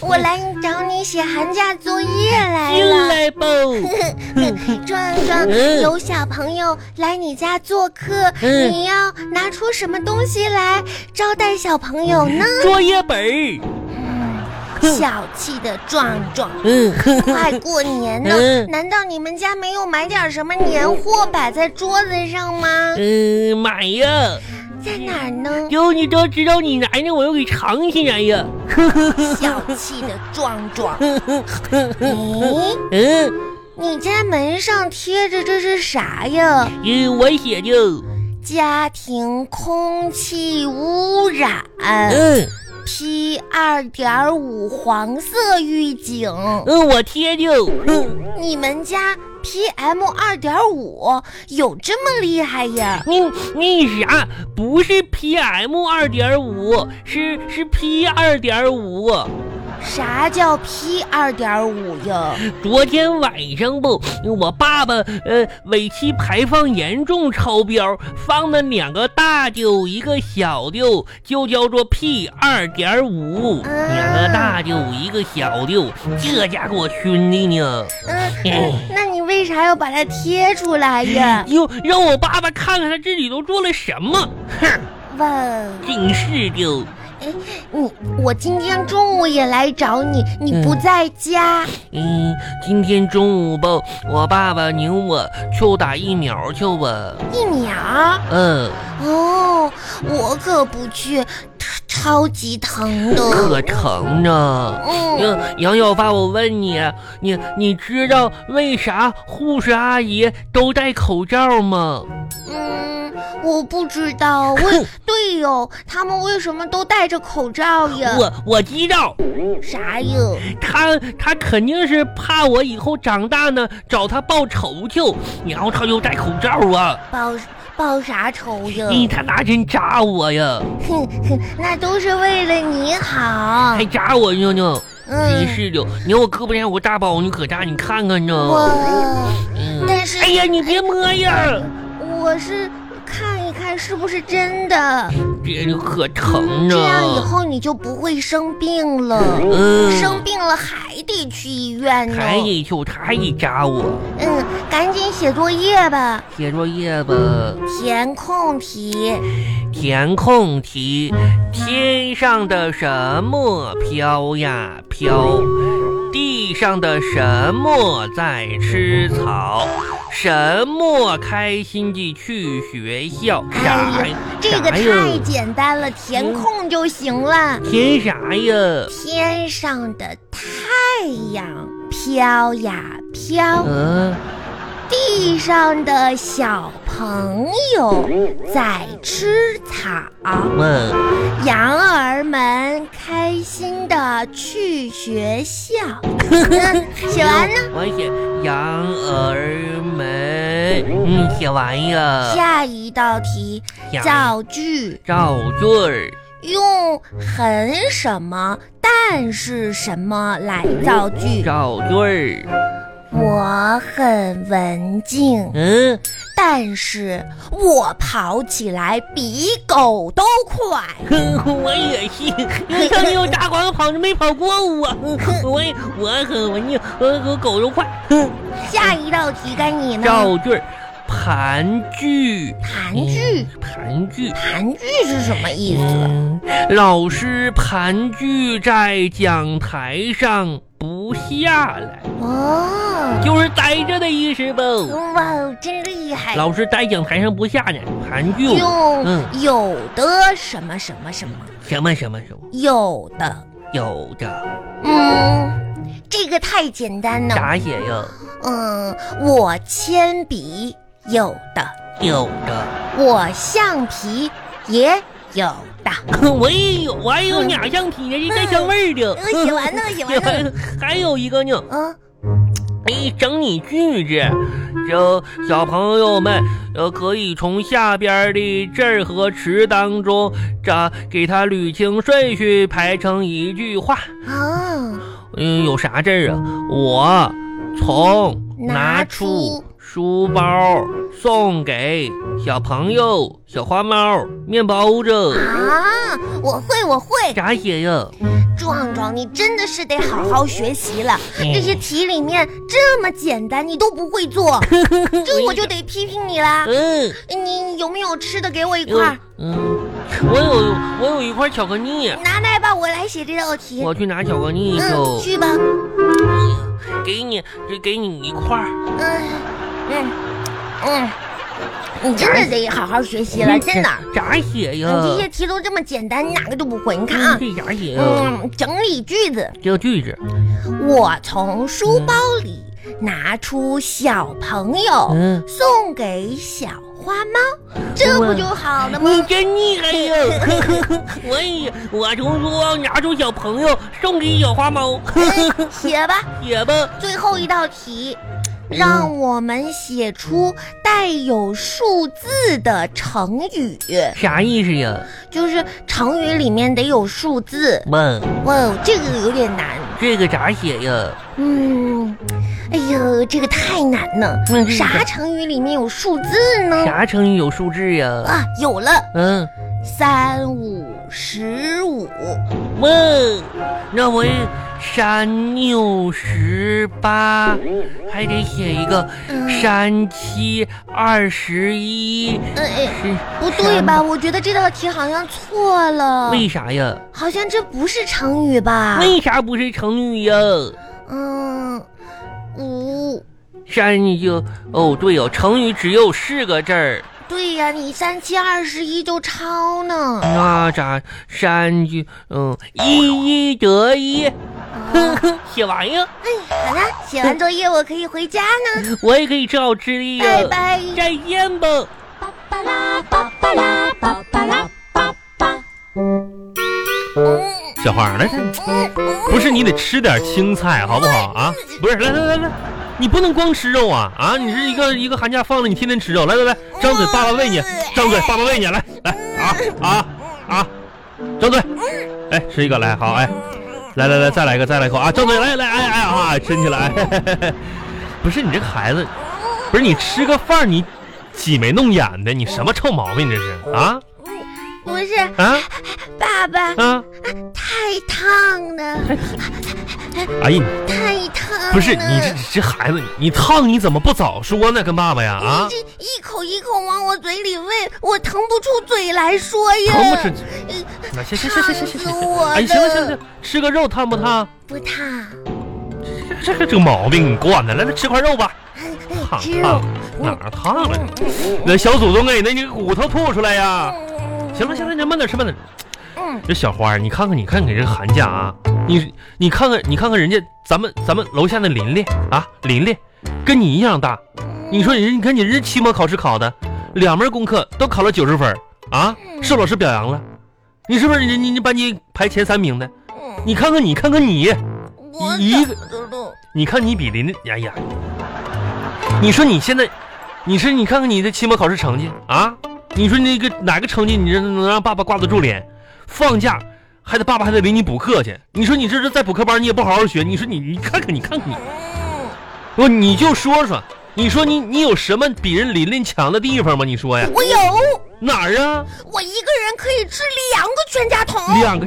我来找你写寒假作业来进 了。来吧。壮壮，嗯有小朋友来你家做客，嗯你要拿出什么东西来招待小朋友呢？作业本儿，哼小气的壮壮，嗯，哼快过年了，嗯难道你们家没有买点什么年货摆在桌子上吗？嗯，买呀，在哪儿呢？就你都知道你来呢，我又给藏起来呀。嗯小气的壮壮，哼哼哼哼咦，嗯，你家门上贴着这是啥呀？嗯，我写的，家庭空气污染嗯 P 二点五黄色预警，嗯，我贴的，哼，你们家 PM 二点五有这么厉害呀？你你啥？不是 PM 二点五，是是 P 二点五。啥叫 P 二点五呀？昨天晚上不，嗯我爸爸呃尾气排放严重超标，放了两个大丢，一个小丢，就叫做 P 二点五，两个大丢，一个小丢，这家给我熏的呢，嗯，那你为啥要把它贴出来呀？又让我爸爸看看他这里都做了什么，哼，问哎真是的，你，我今天中午也来找你，你嗯不在家，嗯，今天中午吧，我爸爸领我去打疫苗去吧，一秒。嗯。哦，我可不去，超超级疼的。可疼呢。嗯，嗯，杨小发，我问你，你你知道为啥护士阿姨都戴口罩吗？嗯，我不知道为对哟，他们为什么都戴着口罩呀？我我知道，啥呀？她她肯定是怕我以后长大呢找她报仇去，然后她就戴口罩啊。报报啥仇呀？咦，她拿针扎我呀，哼哼， 那都是为了你好还。扎我呢呢，真嗯，是的。你看我胳膊上有个大包，你可大，你看看呢。我嗯但是哎哎呀，你别摸呀，我是看一看是不是真的，这可疼呢。这样以后你就不会生病了。嗯。生病了还得去医院呢。还得就他一扎我，嗯，赶紧写作业吧，写作业吧，填空题。填空题。天上的什么飘呀飘？地上的什么在吃草？什么开心地去学校？啥呀哎呀？，这个啥呀太简单了，填空就行了。填啥呀？天上的太阳飘呀飘，嗯、地上的小朋友在吃草，问羊儿们开心的去学校。嗯写完 了，我写羊儿们，嗯，写完呀，下一道题，呀造句。造句儿。用很什么但是什么来造句。造句儿，我很文静，嗯，但是我跑起来比狗都快。哼，我也是，你看你有大广跑着没跑过我，哼我也我很文静，我和狗都快。哼，下一道题该你呢？造句儿， 盘踞，盘踞，嗯盘踞。盘踞是什么意思？嗯，老师盘踞在讲台上不下来，哦，就是呆着的意思吧。哇，真厉害！老师呆讲台上不下来，盘踞，嗯用有的什么什么什么什么什么什么，有的，有的嗯，这个太简单了。咋写呀？嗯，我铅笔有的，有的。我橡皮也有的。 我也有，我还有俩橡皮呢，这带香味儿 的。嗯 写完呢写完呢了，还有一个呢。嗯，哎，整理句子，这小朋友们，呃，可以从下边的这儿和池当中，这给它捋清顺序，排成一句话。啊，嗯，有啥字儿啊？我从拿出书包送给小朋友小花猫面包子， 啊，我会，我会。咋写呀？壮壮，你真的是得好好学习了。嗯这些题里面这么简单，你都不会 做，这我就得批评你啦。嗯，你有没有吃的？给我一块儿，嗯，我有我有一块巧克力，拿来吧，我来写这道题。我去拿巧克力去、嗯，去吧。给你，这给你一块儿。嗯嗯嗯，你真的得好好学习嗯了，真的。这咋写你呀？哎嗯这些题都这么简单，你哪个都不会？你看啊，这咋写呀？嗯，整理句子。这个句子，我从书包里拿出小朋友，嗯，送给小花猫，这不就好了你吗？真厉害呀！ 我也，我从书包拿出小朋友送给小花猫，写吧，写 吧。最后一道题，让我们写出带有数字的成语，啥意思呀？就是成语里面得有数字。问哇哦，这个有点难。嗯这个咋写呀？嗯，哎呦，这个太难了嗯。这个啥成语里面有数字呢？啥成语有数字呀？嗯啊，有了，嗯，三五十五。问，那我也三六十八，还得写一个嗯三七二十一。嗯，哎，是不对吧？我觉得这道题好像错了，为啥呀？好像这不是成语吧？为啥不是成语呀？嗯，五。山你就哦，对哦，成语只有四个字儿，对呀、你三七二十一就抄呢。 那咋山就嗯一一得一， 哦写完呀，哎，好了，写完作业我可以回家呢。我也可以吃好吃的呀。拜拜。再见吧。巴拉巴巴拉巴巴拉巴巴。嗯小花儿来，嗯不是你得吃点青菜好不好啊？不是，来来来来，你不能光吃肉啊啊！你是一个一个寒假放了，你天天吃肉，来来来，张嘴，爸爸喂你，张嘴，爸爸喂你，来来啊啊啊，张嘴，哎，吃一个来，好哎，来来来，再来一个，再来一口啊，张嘴，来来哎哎啊，伸起来， 嘿嘿嘿嘿不是你这个孩子，不是你吃个饭你挤眉弄眼的，你什么臭毛病这是啊不是，啊爸爸啊！太烫了，哎呀，太烫了。不是你这这孩子，你烫你怎么不早说呢？跟爸爸呀啊你，这一口一口往我嘴里喂，我腾不出嘴来说呀。疼不吃？呃那行行行行行行烫行死我，哎，行了行了了行了，吃个肉烫不烫？不烫。这这这个毛病你惯的，来来吃块肉吧，嗯烫吃烫肉。哪儿啊烫了？那小祖宗给那你骨头吐出来呀！啊行了行了，你慢点吃慢点。嗯，这小花儿，你看看你看看这个寒假啊，你你看看你看看人家咱们咱们楼下那琳琳啊，琳琳跟你一样大，你说人，你看你人家期末考试考的，两门功课都考了九十分儿啊，受老师表扬了，你是不是你你你班级排前三名的？嗯，你看看你看看你，我一个长得肉你看你比邻的，哎呀，你说你现在，你说你看看你的期末考试成绩啊，你说那个哪个成绩你这能让爸爸挂得住脸？放假还得爸爸还得领你补课去，你说你这是在补课班，你也不好好学，你说你你看看你看看你，嗯我你就说说，你说你你有什么比人琳琳强的地方吗？你说呀，我有，哪儿啊？我一个人可以吃两个全家桶。两个，